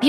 美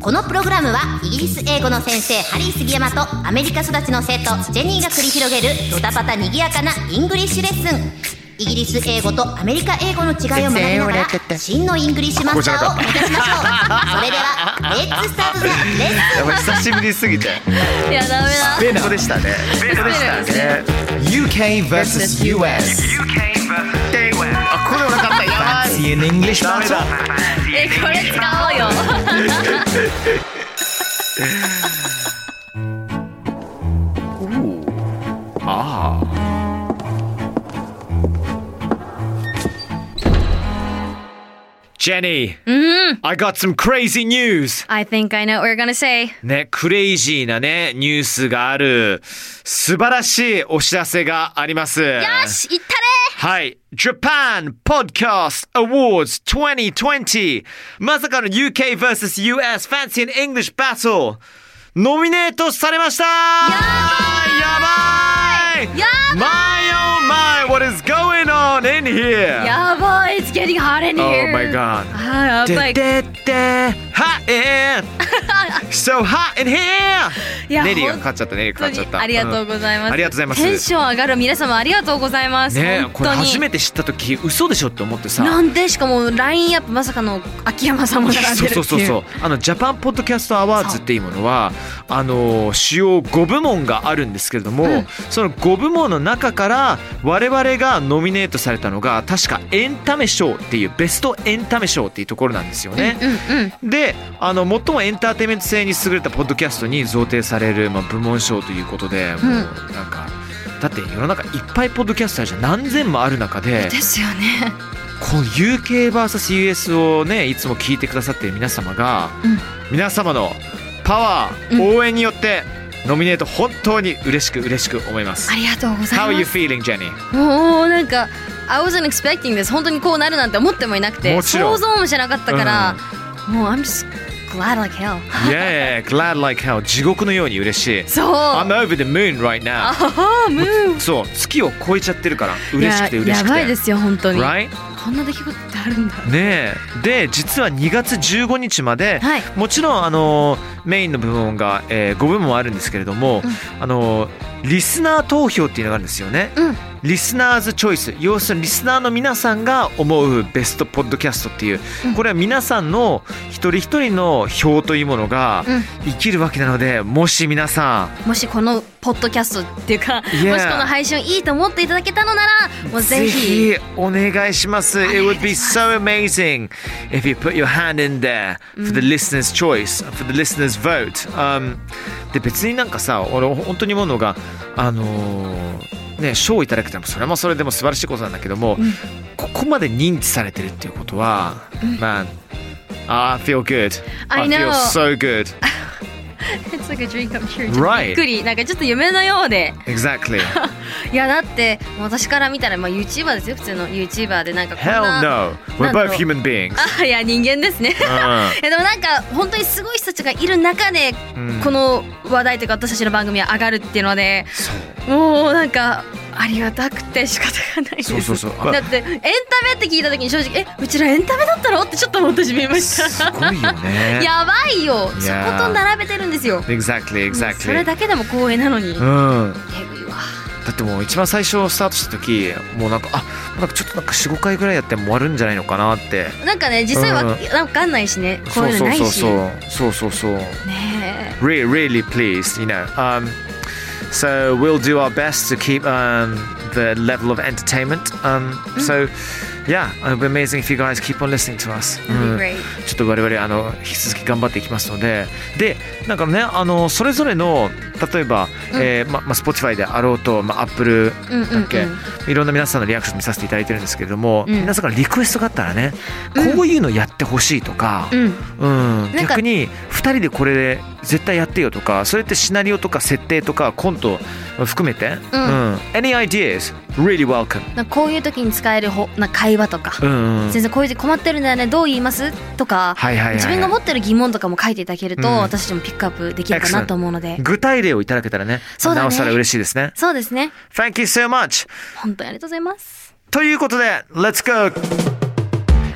このプログラムはイギリス英語の先生ハリー杉山とアメリカ育ちの生徒ジェニーが繰り広げるドタパタにぎやかなイングリッシュレッスンイギリス英語とアメリカ英語の違いを学びながら真のイングリッシュマスターを目指しましょうそれではレッツスタートザレッスンやっぱ久しぶりすぎて。いやダメだベナでしたね。ベナでしたね。UK vs US。 UK versus US. あ、これはなかった。やばい。See an English ダメだ。えこれ使おうよ Jenny, Mm-hmm. I got some crazy news. I think I know what you're gonna say. ね、クレイジーなね、ニュースがある、素晴らしいお知らせがあります。よし、行ったはい。Japan Podcast Awards 2020まさかの UK vs US Fancy and English Battle ノミネートされましたやばいやばいや My oh my, what is going on in here? れやばい It's getting hot in Oh here! my god. Ah, I'm like, hot in So hot in here いやネリーが勝っちゃったネリーが本勝っち当にゃったありがとうございます、うんありがとうございますテンション上がる皆様ありがとうございます、ねえ本これ当に初めて知った時嘘でしょって思ってさなんでしかもラインアップまさかの秋山さんも並んでるっていうそうそうそうそうあのジャパンポッドキャストアワーズっていうものはあの主要5部門があるんですけれども、その5部門の中から我々がノミネートされたのが確かエンタメ賞っていうベストエンタメ賞っていうところなんですよね。うんうんであの最もエンターテインメント性に優れたポッドキャストに贈呈される、まあ、部門賞ということで、もうなんかだって世の中いっぱいポッドキャスターじゃ何千もある中でですよねこの UKVSUS をねいつも聞いてくださっている皆様が、うん皆様のパワー、応援によってノミネート本当に嬉しく嬉しく思いますあ。りがとうござ How are い you ます feeling, Jenny? もうなんか I wasn't expecting this 本当にこうなるなんて思ってもいなくてもちろん想像もしなかったから、もう I'm just glad like hell yeah, glad like hell 地獄のように嬉しい。そう I'm over the moon right now. ああムーそう月を超えちゃってるから嬉しくていや嬉しくて。やばいですよ本当に、 right? こんな出来事ってあるんだねえで実は2月15日まで、はいもちろんあのメインの部門が、え5部門あるんですけれども、あのリスナー投票っていうのがあるんですよね、うんリスナーズチョイス要するにリスナーの皆さんが思うベストポッドキャストっていう、これは皆さんの一人一人の票というものがうん生きるわけなのでもし皆さんもしこのポッドキャストっていうか、 Yeah. もしこの配信をいいと思っていただけたのならもうぜぜひひお願いします。It would be so amazing if you put your hand in there for Mm. the listener's choice, for the listener's vote.、Um, で、別になんかさ、俺、本当に思うのが、あのーね、賞をいただけてもそれもそれでも素晴らしいことなんだけども、ここまで認知されてるっていうことは、man, I feel good. I feel know. so good. It's like a dream come true ちょっと Right. びっくりなんかちょっと夢のようで Exactly. いやだって私から見たらまあ YouTuber ですよ普通の YouTuber でなんかこん Hell な no. We're なんだろ both う human beings. あいや人間ですね うんいやでもなんか本当にすごい人たちがいる中でうんこの話題というか私たちの番組は上がるっていうのでそうもうなんかありがたくて仕方が ないですそうそうそうだってエンタメって聞いた時に正直えうちらエンタメだったのってちょっと私見ましすたごいよね。やばいよいそやーこと並べてるんですよ Exactly, もうそれ exactly. だけでも光栄なのに、うえん、ぐいわだってもう一番最初スタートした時もうなんかあなんかちょっとなんか45回ぐらいやっても終わるんじゃないのかなってなんかね実際わうんわかんないしねこういうのそうないそうしそねうそうそうそうえ really really pleased you know um, so we'll do our best to keep um, the level of entertainment um, so Yeah, it'll be amazing if you guys keep on listening to us. Mm. うん That'd be ちょっと我々あの引き続き頑張っていきますので、でなんかねあのそれぞれの例えば、えーまま Spotify であろうと、ま Apple うんうんうんだっけ、いろんな皆さんのリアクション見させていただいてるんですけれども、うん皆さんからリクエストがあったらね、こういうのやってほしいとか、うんうんなんか逆に2人でこれで絶対やってよとかそれってシナリオとか設定とかコント含めて、うん Any ideas really welcome、なんかこういう時に使えるほなんか会話とか、うんうん先生こういう時困ってるんだよねどう言いますとか、はいはいはいはい自分が持ってる疑問とかも書いていただけると、うん私たちもピックアップできるかなと思うので具体例をいただけたらねそうだねなおさら嬉しいですねそうですね Thank you so much 本当にありがとうございますということで Let's go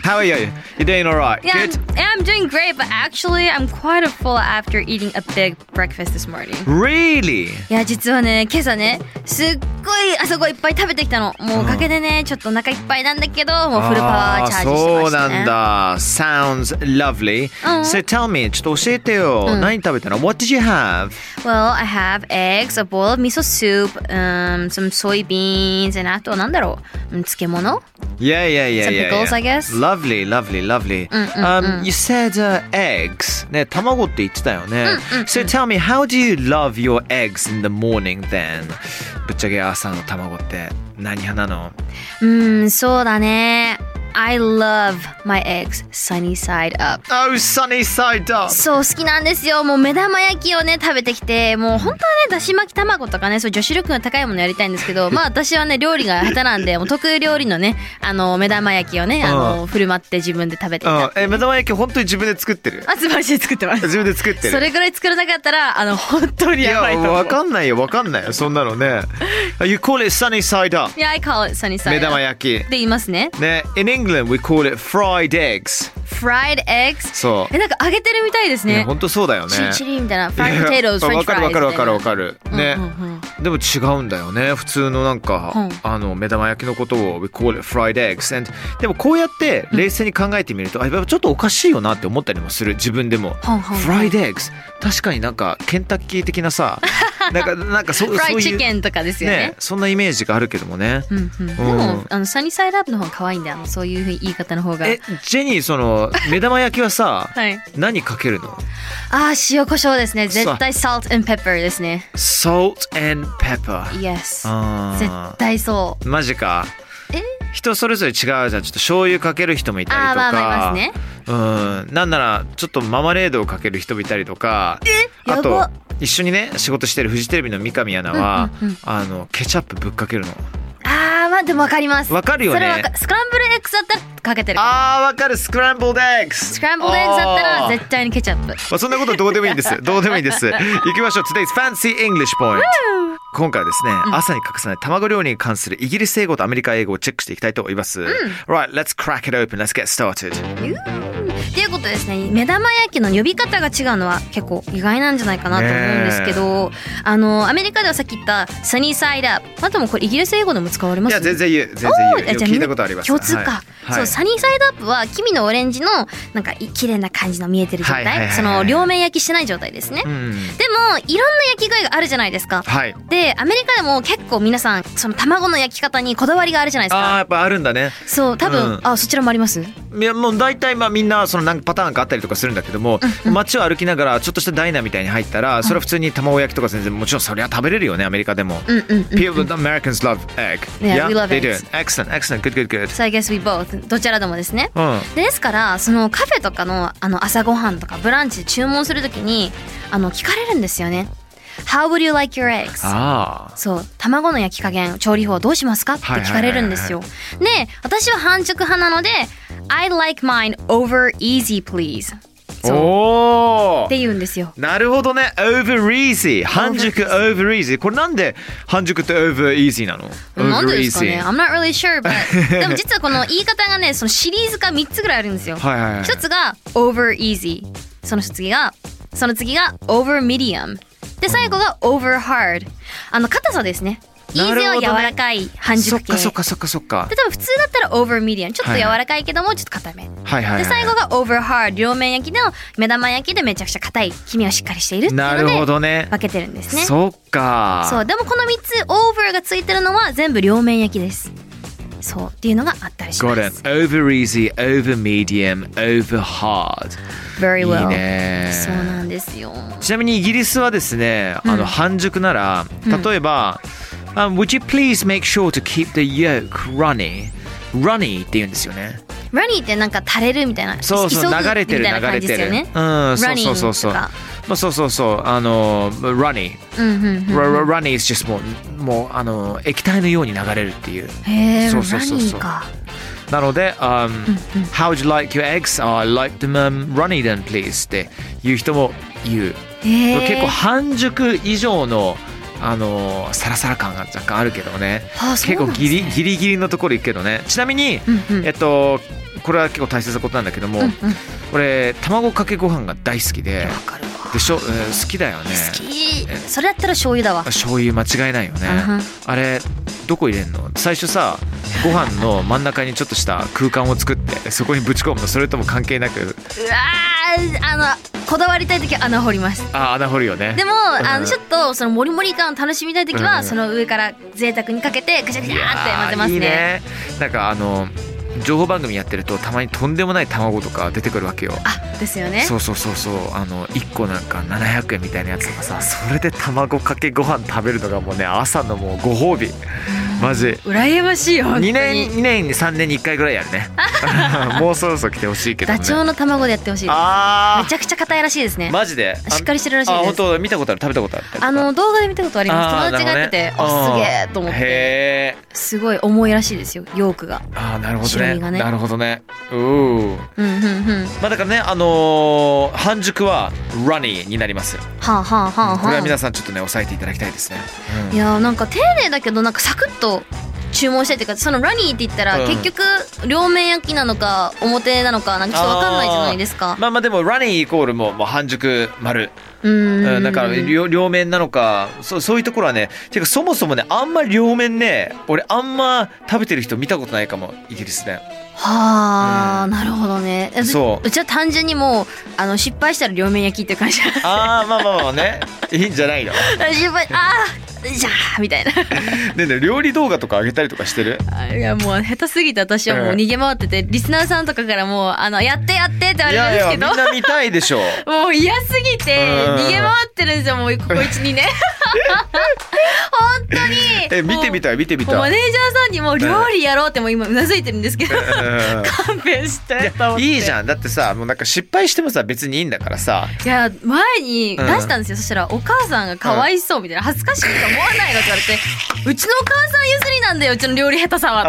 How are you? You doing alright? Yeah, I'm, Good? yeah, I'm doing great, but actually, I'm quite full after eating a big breakfast this morning. Really? いや、実はね、今朝ね、すっごいあそこいっぱい食べてきたの。もうおかげでね、ちょっとお腹いっぱいなんだけど、もうフルパワーチャージしてまそうしたなね。んだ Ah, Sounds lovely、うん So tell me ちょっと教えてよ、Mm. 何食べたの What did you have? Well, I have eggs, a bowl of miso soup, um, some soybeans, and あとはなんだろう、うん漬物 Yeah, yeah, yeah, Some yeah. pickles, yeah. I guess. Mm, Lovely, lovely, lovely. うんうんうん Um, you said uh, eggs. ね、卵って言ってたよ Mm, ね。So tell me, how do you love your eggs in the morning then? ぶっちゃけ朝の卵って何派なのうん、そうだね。I love my eggs sunny side up. ?Oh, sunny side up! そう好きなんですよもう目玉焼きをね食べてきてもう本当はねだし巻き卵とかねそう女子力の高いものやりたいんですけ どまあ私はね料理が下手なんでもう得意料理のねあの目玉焼きをねあの振る舞って自分で食べていたうん、え、目玉焼き本当に自分で作ってるあ素晴らしい作ってます自分で作ってるそれぐらい作らなかったらあの本当にやばいと思うわかんないよ、わかんないよ、そんなのね。You call it sunny side up. いや I call it sunny side 目玉焼焼きき。で言いますねね、in England we call it fried eggs. fried eggs そう。えなんか揚げてるみたいですね、ね本当そうだよね。チリチリみたいな fried いや potatoes わ french かる fries わかるわかるわるかる。ね、でも違うんだよね。普通のなんか、うんあの目玉焼きのことを we call it fried eggs and でもこうやって冷静に考えてみると、あやっぱちょっとおかしいよなって思ったりもする自分でも。ほんほんほん fried eggs 確かになんかケンタッキー的な さ、なんかなんかそそう fried いう chicken とかですよねねそんなイメージがあるけどもね。うんうん、でうもん、あのサニーサイドアップの方が可愛いんだよあのそういう言い方の方がえジェニーその目玉焼きはさ、はい何かけるのああ塩コショウですねさ絶対 salt and pepper ですね ?Salt and pepper。 Yes あー絶対そマジか。え人それぞれ違うじゃん。ちょっと醤油かける人もいたりとか。あーまあまあいますねうん。なんならちょっとママレードをかける人もいたりとか。えあやとば一緒にね仕事してるフジテレビの三上アナは、あのケチャップぶっかけるの。うああまあでもわかりますわかるよねそれわかスクランブルエッグだったらかけてるあーわかるスクランブルエッグススクランブルエッグだったら絶対にケチャップまあ、そんなことどうでもいい んです。どうでもいいんです。行きましょう。Today's Fancy English Point。今回はですね、朝に欠かせない卵料理に関するイギリス英語とアメリカ英語をチェックしていきたいと思います。right, let's crack it open. Let's get started. っていうことですね目玉焼きの呼び方が違うのは結構意外なんじゃないかなと思うんですけど、あのアメリカではさっき言ったサニーサイドアップあともこれイギリス英語でも使われまいすや、全然言う。全然お言う。ー聞いたことあります。共通か、はいそはういサニーサイドアップは黄身のオレンジのなんかい綺麗な感じの見えてる状はいはいはい態はいその両面焼きしてない状態ですね、うんでもいろんな焼き具合があるじゃないですか、はい。でアメリカでも結構皆さんその卵の焼き方にこだわりがあるじゃないですああ、かやっぱあるんだね。そう多分、うんあそちらもありますいやもう大体まあみんなそのなんかパターンがあったりとかするんだけども、街を歩きながらちょっとしたダイナーみたいに入ったらそれは普通に卵焼きとか全然もちろんそれは食べれるよねアメリカでも。うんうんうん People Americans love egg. Yeah, we love they do. eggs. Excellent, excellent. Good, good, good. So I guess we both どちらでもですね、うんですからそのカフェとかのあの朝ごはんとかブランチで注文するときにあの聞かれるんですよね How would you like your eggs? ああ。そう卵の焼き加減調理法どうしますかってはいはい聞はかいはいれるんですよ。で私は半熟派なので「I like mine over easy please」そうおっおて。言うんですよ。なるほどね。over easy。半熟 over easy。これなんで半熟って over easy なのなんで ?over ですかね easy。 ?I'm not really sure, but でも実はこの言い方がねそのシリーズが3つぐらいあるんですよ。はいはいはい一つが over easy その次がその次が over medium で最後が over hard あの硬さですね。イーなズるほどねは柔らかい半そ熟っ系。かそっかそっかそっかで。多分普通だったら over medium ちょっと柔らかいけどもちょっと硬め。はいはいはい。で最後がオーバーハード両面焼きの目玉焼きでめちゃくちゃ硬い黄身はしっかりしているっていうなるのほでどね。分けてるんですね。そっか。そうでもこの3つオーバーがついてるのは全部両面焼きです。そうっていうのがあったりしま Got す it. Over easy, over medium, over hard. Very いい well ねそうなんですよちなみにイギリスはですね、あの半熟なら、例えば、um, Would you please make sure to keep the yolk runny? runny って言うんですよね。ラニーってなんか垂れるみたいなそうそう急ぐ流れてるみたいな流感れじですてよる。ねうん、そうそうそうそ running う。とかまあそうそうそうあの runny、うんうんうん Ru- ru- runny is just もうもうあの液体のように流れるっていう。へえそうそうラそうニそうーかなので、um, How would you like your eggs? Oh, I like them、um, runny then please っていう人も言う。へ結え構半熟以上のあのーサラサラ感が若干あるけどねあそう結なん構ですねギリギリギリのところ行くけどねちなみに、うんうんえっとこれは結構大切なことなんだけども、俺卵かけご飯が大好きででしょ、うん好きだよねいいそれだったら醤油だわ醤油間違いないよねうんうんあれどこ入れんの最初さご飯の真ん中にちょっとした空間を作ってそこにぶち込むのそれとも関係なくうわーあのこだわりたい時は穴掘りますあ穴掘るよねでもんあのちょっとそのモリモリ感を楽しみたい時うはんその上から贅沢にかけてガシャガシャーって混ぜますいねやーいいねなんかあの情報番組やってるとたまにとんでもない卵とか出てくるわけよあですよねそうそうそうそうあの1個なんか700円みたいなやつとかさそれで卵かけご飯食べるのがもうね朝のもうご褒美マジ羨ましいよ本当に2年2年3年に1回ぐらいやる ねもうそろそろ来てほしいけどねダチョウの卵でやってほしいですあめちゃくちゃ硬いらしいですねあマジでしっかりしてるらしいですあ本当見たことある食べたことあるあの動画で見たことあります友達がやっててあすげえと思っへてえすごい重いらしいですよヨークがあーなるほど白ね身がねなるほどねうーうんうんうんはまあだからね、あのー半熟は runny になります。こあはあはあれはは皆さんちょっとね、押さえていただきたいですね。あいやーなんか丁寧だけどなんかサクッと注文したいっていうかそのラニーって言ったらうん結局両面焼きなのか表なのかなんかちょっとわかんないじゃないですあかーまあまあでも runny イコールもうもう半熟丸。うーうんん、だから両両面なのか、そうそういうところはね、てかそもそもね、あんまり両面ね、俺あんま食べてる人見たことないかも、イギ リスで。はあ、なるほどねえそううちは単純にもうあの失敗したら両面焼きって感じ 失ああ、まあまあまあね、いいんじゃないの。敗ああじゃあみたいなねえねえ料理動画とか上げたりとかしてるあいやもう下手すぎて私はもう逃げ回っててリスナーさんとかからもう「あのやってやって」って言わいれるんやいですや、みけんどな見たいでしょ。もう嫌すぎてうん逃げ回ってるんですよもうここ12年 本当にえ、見てみいたい、見てみマたネい。ージャーさんにもう料理やろうってもう今うなずいてるんですけどうん 勘弁して と思っていいじゃんだってさもうなんか失敗してもさ別にいいんだからさいや前に出したんですよ、そしたら「お母さんがかわいそう」みたいな「恥ずかしいと思わないの?」って言われて「うちのお母さん譲りなんだようちの料理下手さは」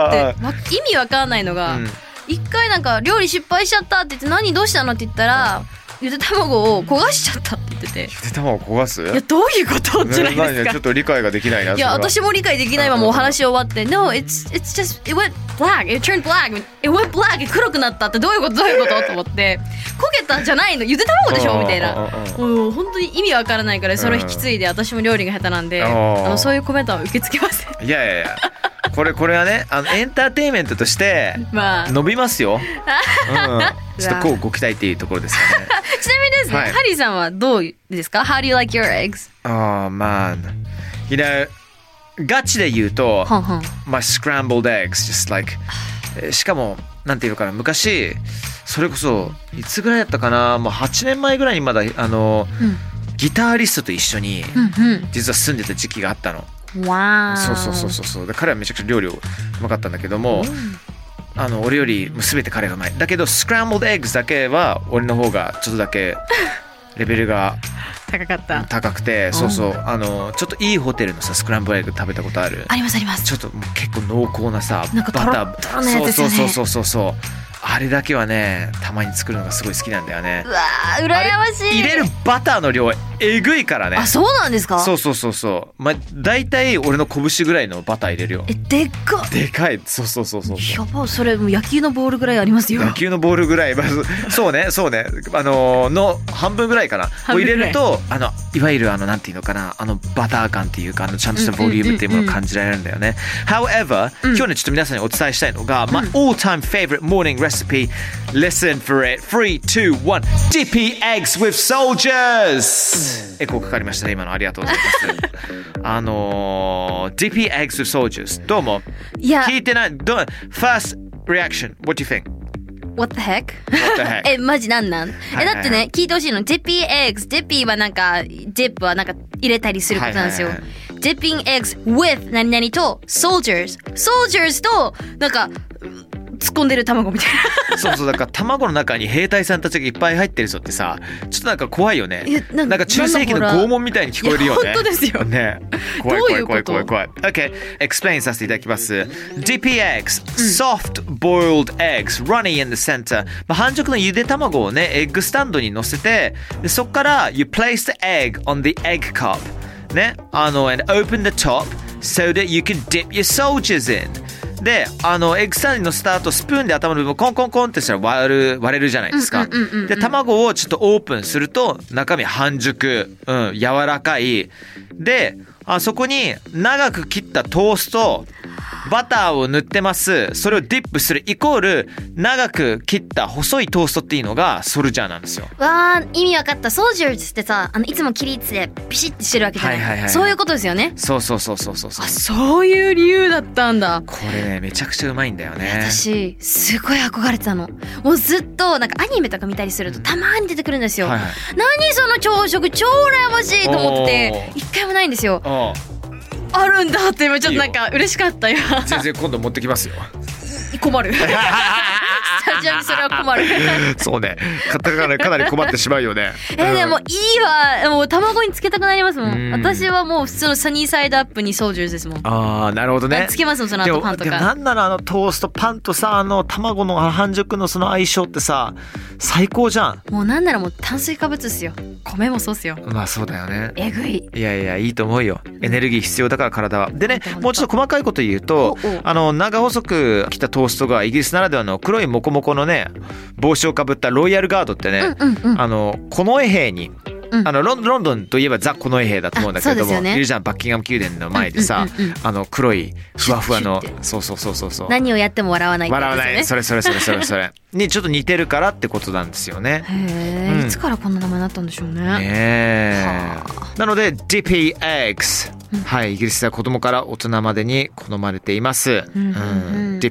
と思ってだってわ意味わかんないのが、うん一回なんか「料理失敗しちゃった」って言って「何どうしたの?」って言ったら「ゆで卵を焦がしちゃった」って言ってて「いゆで卵焦がすやどういうこと?」じゃな いですかちょ。っと理解ができないないや私も理解できないままお話終わって「No, it's, it's just it went black, it turned black, it went black, 黒くなった」ってどういうことどういうことと思って「焦げたじゃないのゆで卵でしょ」みたいな。もう本当に意味わからないからそれを引き継いで私も料理が下手なんでああーのそういうコメントは受け付けません いやいやいやこれこれはねあのエンターテインメントとしてまあちな伸びま すよ、うん、ちょっとこうご期待っていうところですよねみにですね、はいハリーさんはどうですか How do you like your eggs? Oh man. You know, ガチで言うとほんほん、まあ、scrambled eggs, just like, えーしかも、なんていうかな、昔、それこそ、いつぐらいだったかな、もう8年前ぐらいにまだ、あの、うんギタリストと一緒に、うん実は住んでた時期があったの。うんわーそうそうそうそうそう。で彼はめちゃくちゃ料理をうまかったんだけども、あの俺よりもう全て彼がうまい。だけど、scrambled eggs だけは、俺の方がちょっとだけ、レベルが高かった高くてそうそうあのちょっといいホテルのさスクランブルエッグ食べたことあるありますありますちょっともう結構濃厚なさなんかバタトロットーロのやつですよねそうそうそうそうそうあれだけはねたまに作るのがすごい好きなんだよねうわー羨ましい入れるバターの量えぐいからねあそうなんですかそうそうそうそうまあ大体俺の拳ぐらいのバター入れるよえでっかでかいそうそうそうそうやばいそれもう野球のボールぐらいありますよ 野球のボールぐらい、まあ、 そうねそうねあのーの半分ぐらいかなを分入ぐられいるとあのいわゆるあのなんていうのかなあのバター感っていうかあのちゃんとしたボリュームっていうものを感じられるんだよね、However、今日ねちょっと皆さんにお伝えしたいのが、My all time favorite morning recipe Listen for it 3, 2, 1 DP eggs with soldiers ます。エコーかかりましたね、今の。ありがとうござい ます。あのー、DP Eggs with Soldiers。どうも。いや聞いてない。どう First reaction, what do you think? What the heck? What the heck? え、マジなんなんはえ、いはいだってね、聞いてほしいの。ジェピーエッグス。ジェピーはなんか、ジェップはなんか入れたりすることなんですよはいはい。ジェピンエッグス with 何々と soldiers。soldiers と、なんか、突っ込んでる卵みたい そうそう、だから卵の中に兵隊さんたちがいっぱい入ってるぞってさ、ちょっとなんか怖いよねいや。ななんんかか中世紀のなんだこれ拷問みたいに聞こえるよいね。や本当ですよね。怖いどうい怖いう怖こいと怖い怖い。OK、explain させていただきます。DPX、soft boiled eggs, runny in the center。まあ、半熟のゆで卵をね、エッグスタンドに乗せて、でそこから、you place the egg on the egg cup。ね。あの、and open the top so that you can dip your soldiers in。であのエッグサンドに乗せた後スプーンで頭の部分をコンコンコンってしたら割る割れるじゃないですか。で卵をちょっとオープンすると中身半熟、うん、柔らかいであそこに長く切ったトーストバターを塗ってますそれをディップするイコール長く切った細いトーストっていうのがソルジャーなんですよ。な。わあ、意味わかった。soldiers ってさ、あの、いつも起立でピシッてしてるわけじゃない。はいはいはいはいそういうことですよね。そうそうそうそうそうそうあ、そういう理由だったんだ。これねめちゃくちゃうまいんだよね。私すごい憧れてたのもうずっとなんかアニメとか見たりするとたまーに出てくるんですよ、はいはい何その朝食超羨ましいと思ってておー一回もないんですよあああるんだって今ちょっとなんか嬉しか ったよ全然今度持ってきますよ。困る スタジオにそれは困 るそうね。買ったからかなり困ってしまうよね。えでもいいわもう卵につけたくなりますもんうん私はもう普通のサニーサイドアップにソージューズですもんああ、なるほどね。つけますもんその後パンとでもでもかなんならあのトーストパンとさあの卵の半熟のその相性ってさ最高じゃん。もうなんならもう炭水化物っすよ米もそうっすよまあそうだよね。えぐいいやいやいいと思うよエネルギー必要だから体はでね本当本当もうちょっと細かいこと言うとおおあの長細く切ったトーストがイギリスならではの黒いモコモコのね帽子をかぶったロイヤルガードってね、うんうんあの近衛兵に、うんあのロンロンドンといえばザ・近衛兵だと思うんだけれどあそうですも、よねいるじゃんバッキンガム宮殿の前でさ、うんうんうんうんあの黒いふわふわのシュッシュッそうそうそうそうそう何をやっても笑わないってやつ笑ですわよなねいそれそれそれそれそ れにちょっと似てるからってことなんですよね。へえ、うんいつからこんな名前になったんでしょうね。ねえなので DPX、はいイギリスでは子供から大人までに好まれています、うん DPX with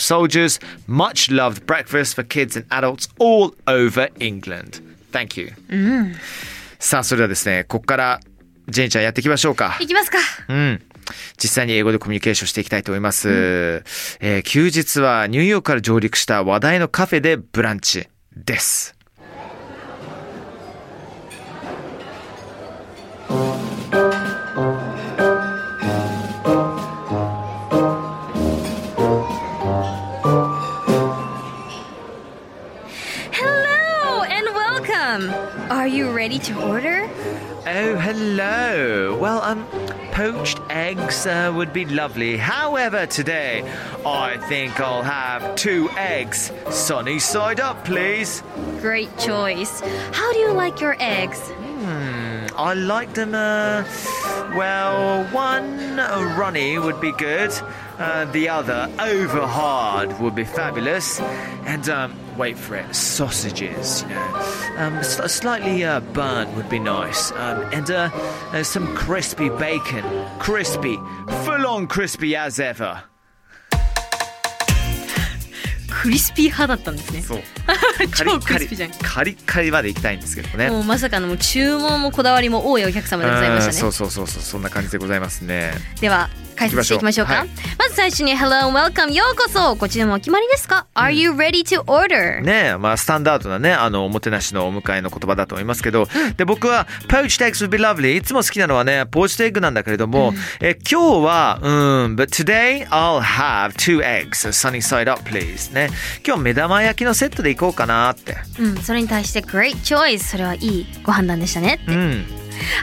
soldiers much loved breakfast for kids and adults all over England thank you、さあそれではですねここからジェニーちゃんやっていきましょうかいきますか。うん。実際に英語でコミュニケーションしていきたいと思います。えー休日はニューヨークから上陸した話題のカフェでブランチです。 Hello and welcome. Are you ready to order? Oh, hello. Well, um, poached eggs uh, would be lovely. However, today I think I'll have two eggs, sunny side up, please. Great choice. How do you like your eggs? I like them. Uh, well, one uh, runny would be good. Uh, the other over hard would be fabulous. And um, wait for it, sausages. You know, um, sl- slightly uh, burnt would be nice. Um, and uh, uh, some crispy bacon, crispy, full on crispy as ever. クリスピー派だったんですね。 そう。超クリスピーじゃん。カリカリまで行きたいんですけどねもうまさかのもう注文もこだわりも多いお客様でございましたね。そうそうそうそうそんな感じでございますね。では解説していきましょうか。行きまず最初に Hello and welcome ようこそ。ご注文お決まりですか、?Are you ready to order? ねえまあスタンダードなねあのおもてなしのお迎えの言葉だと思いますけど、で僕は「poached eggs would be lovely」いつも好きなのはねポーチドエッグなんだけれども、え今日はうん「but today I'll have two eggs sunny side up please」ね今日目玉焼きのセットでいこうかなってうん、それに対して Great choice それはいいご判断でしたね。うん。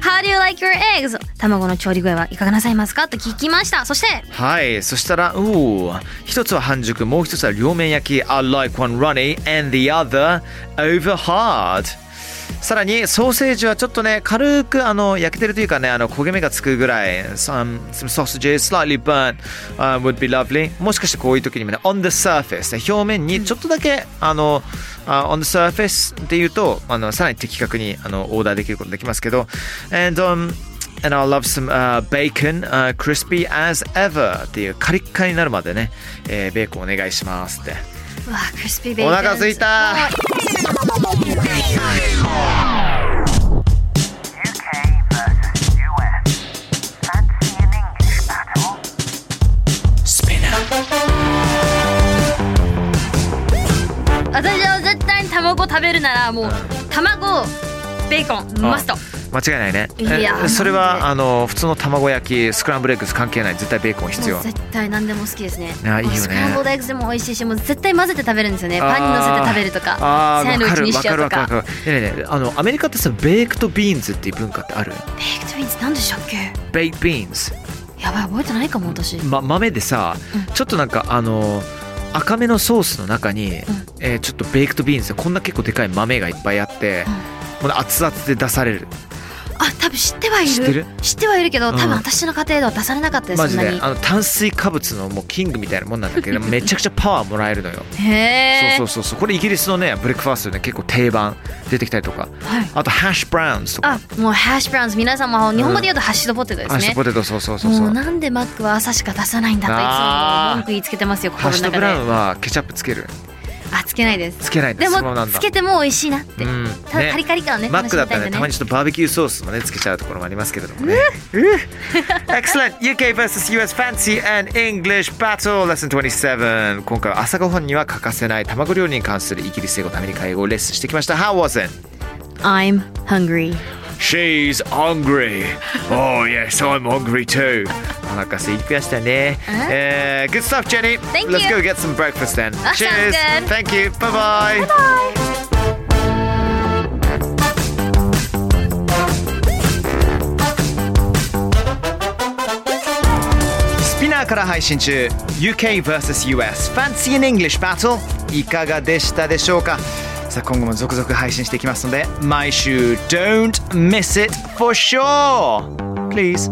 How do you like your eggs? 卵の調理具合はいかがなさいますかと聞きました。そして、はい、そしたら、おー一つは半熟、もう一つは両面焼き。I like one runny and the other over hard. さらにソーセージはちょっとね軽くあの焼けてるというかねあの焦げ目がつくぐらい some, some sausages slightly burnt、uh, would be lovely もしかしてこういう時にもね on the surface ね表面にちょっとだけ、あの uh, on the surface っていうとあのさらに的確にあのオーダーできることできますけど and、um, And I'll love some、uh, bacon、uh, crispy as ever っていうカリッカリになるまでね、えーベーコンお願いしますってわあクリスピーベーおコン腹すいた UK versus US. Fancy an English battle? 私は絶対に卵食べるならもう卵ベーコンマスト間違いないねいやえそれなんではあの普通の卵焼きスクランブルエッグス関係ない絶対ベーコン必も要う絶対何でも好きですねあいいよねもうスクランブルエッグスでも美味しいしもう絶対混ぜて食べるんですよねあーパンに乗せて食べるとかあーサンドイッチにしちゃうとわかかるわかるわかるねえねえねえあのアメリカってさベークとビーンズっていう文化ってあるベークトビーンズ何でしたっけベイクビーンズやばい覚えてないかも私ま、豆でさ、ちょっとなんかあの赤めのソースの中に、えーちょっとベイクトビーンズこんな結構でかい豆がいっぱいあって、この熱々で出されるあ多分知ってはいる知ってる知ってはいるけどうん多分私の家庭では出されなかったですマそんジなでにあの炭水化物のもうキングみたいなもんなんだけどめちゃくちゃパワーもらえるのよ、へえそうそうそうそうこれイギリスのねブレックファーストで、ね、結構定番出てきたりとか、はいあとハッシュブラウンズとかあもうハッシュブラウンズ皆さんも日本語で言うとハッシュドポテトでハすッシュねポテトそうそうそうそもううなんでマックは朝しか出さないんだといつあーも文句言いつけてますよハッ心シュのドブラウ中ンではケチャップつけるあつけないですつけないんだでそのままなもんだつけても美味しいなってうんたねカリカリ感をねマックだったらね、楽しみたまにちょっとバーベキューソースもね、つけちゃうところもありますけれどもね。Excellent! UK vs. US Fancy and English Battle Lesson 27. 今回は朝ごはんには欠かせない卵料理に関するイギリス英語とアメリカ英語をレッスンしてきました。How was it? I'm hungry She's hungry. Oh, yes, I'm hungry too. お腹空いてきましたね。えー good stuff, Jenny. Thank Let's you. go get some breakfast then. That Cheers. sounds good. Thank you. Bye bye. スピナーから配信中 UK vs.US Fancy in English Battle いかがでしたでしょうかさあ今後も続々配信していきますので毎週 Don't miss it for sure Please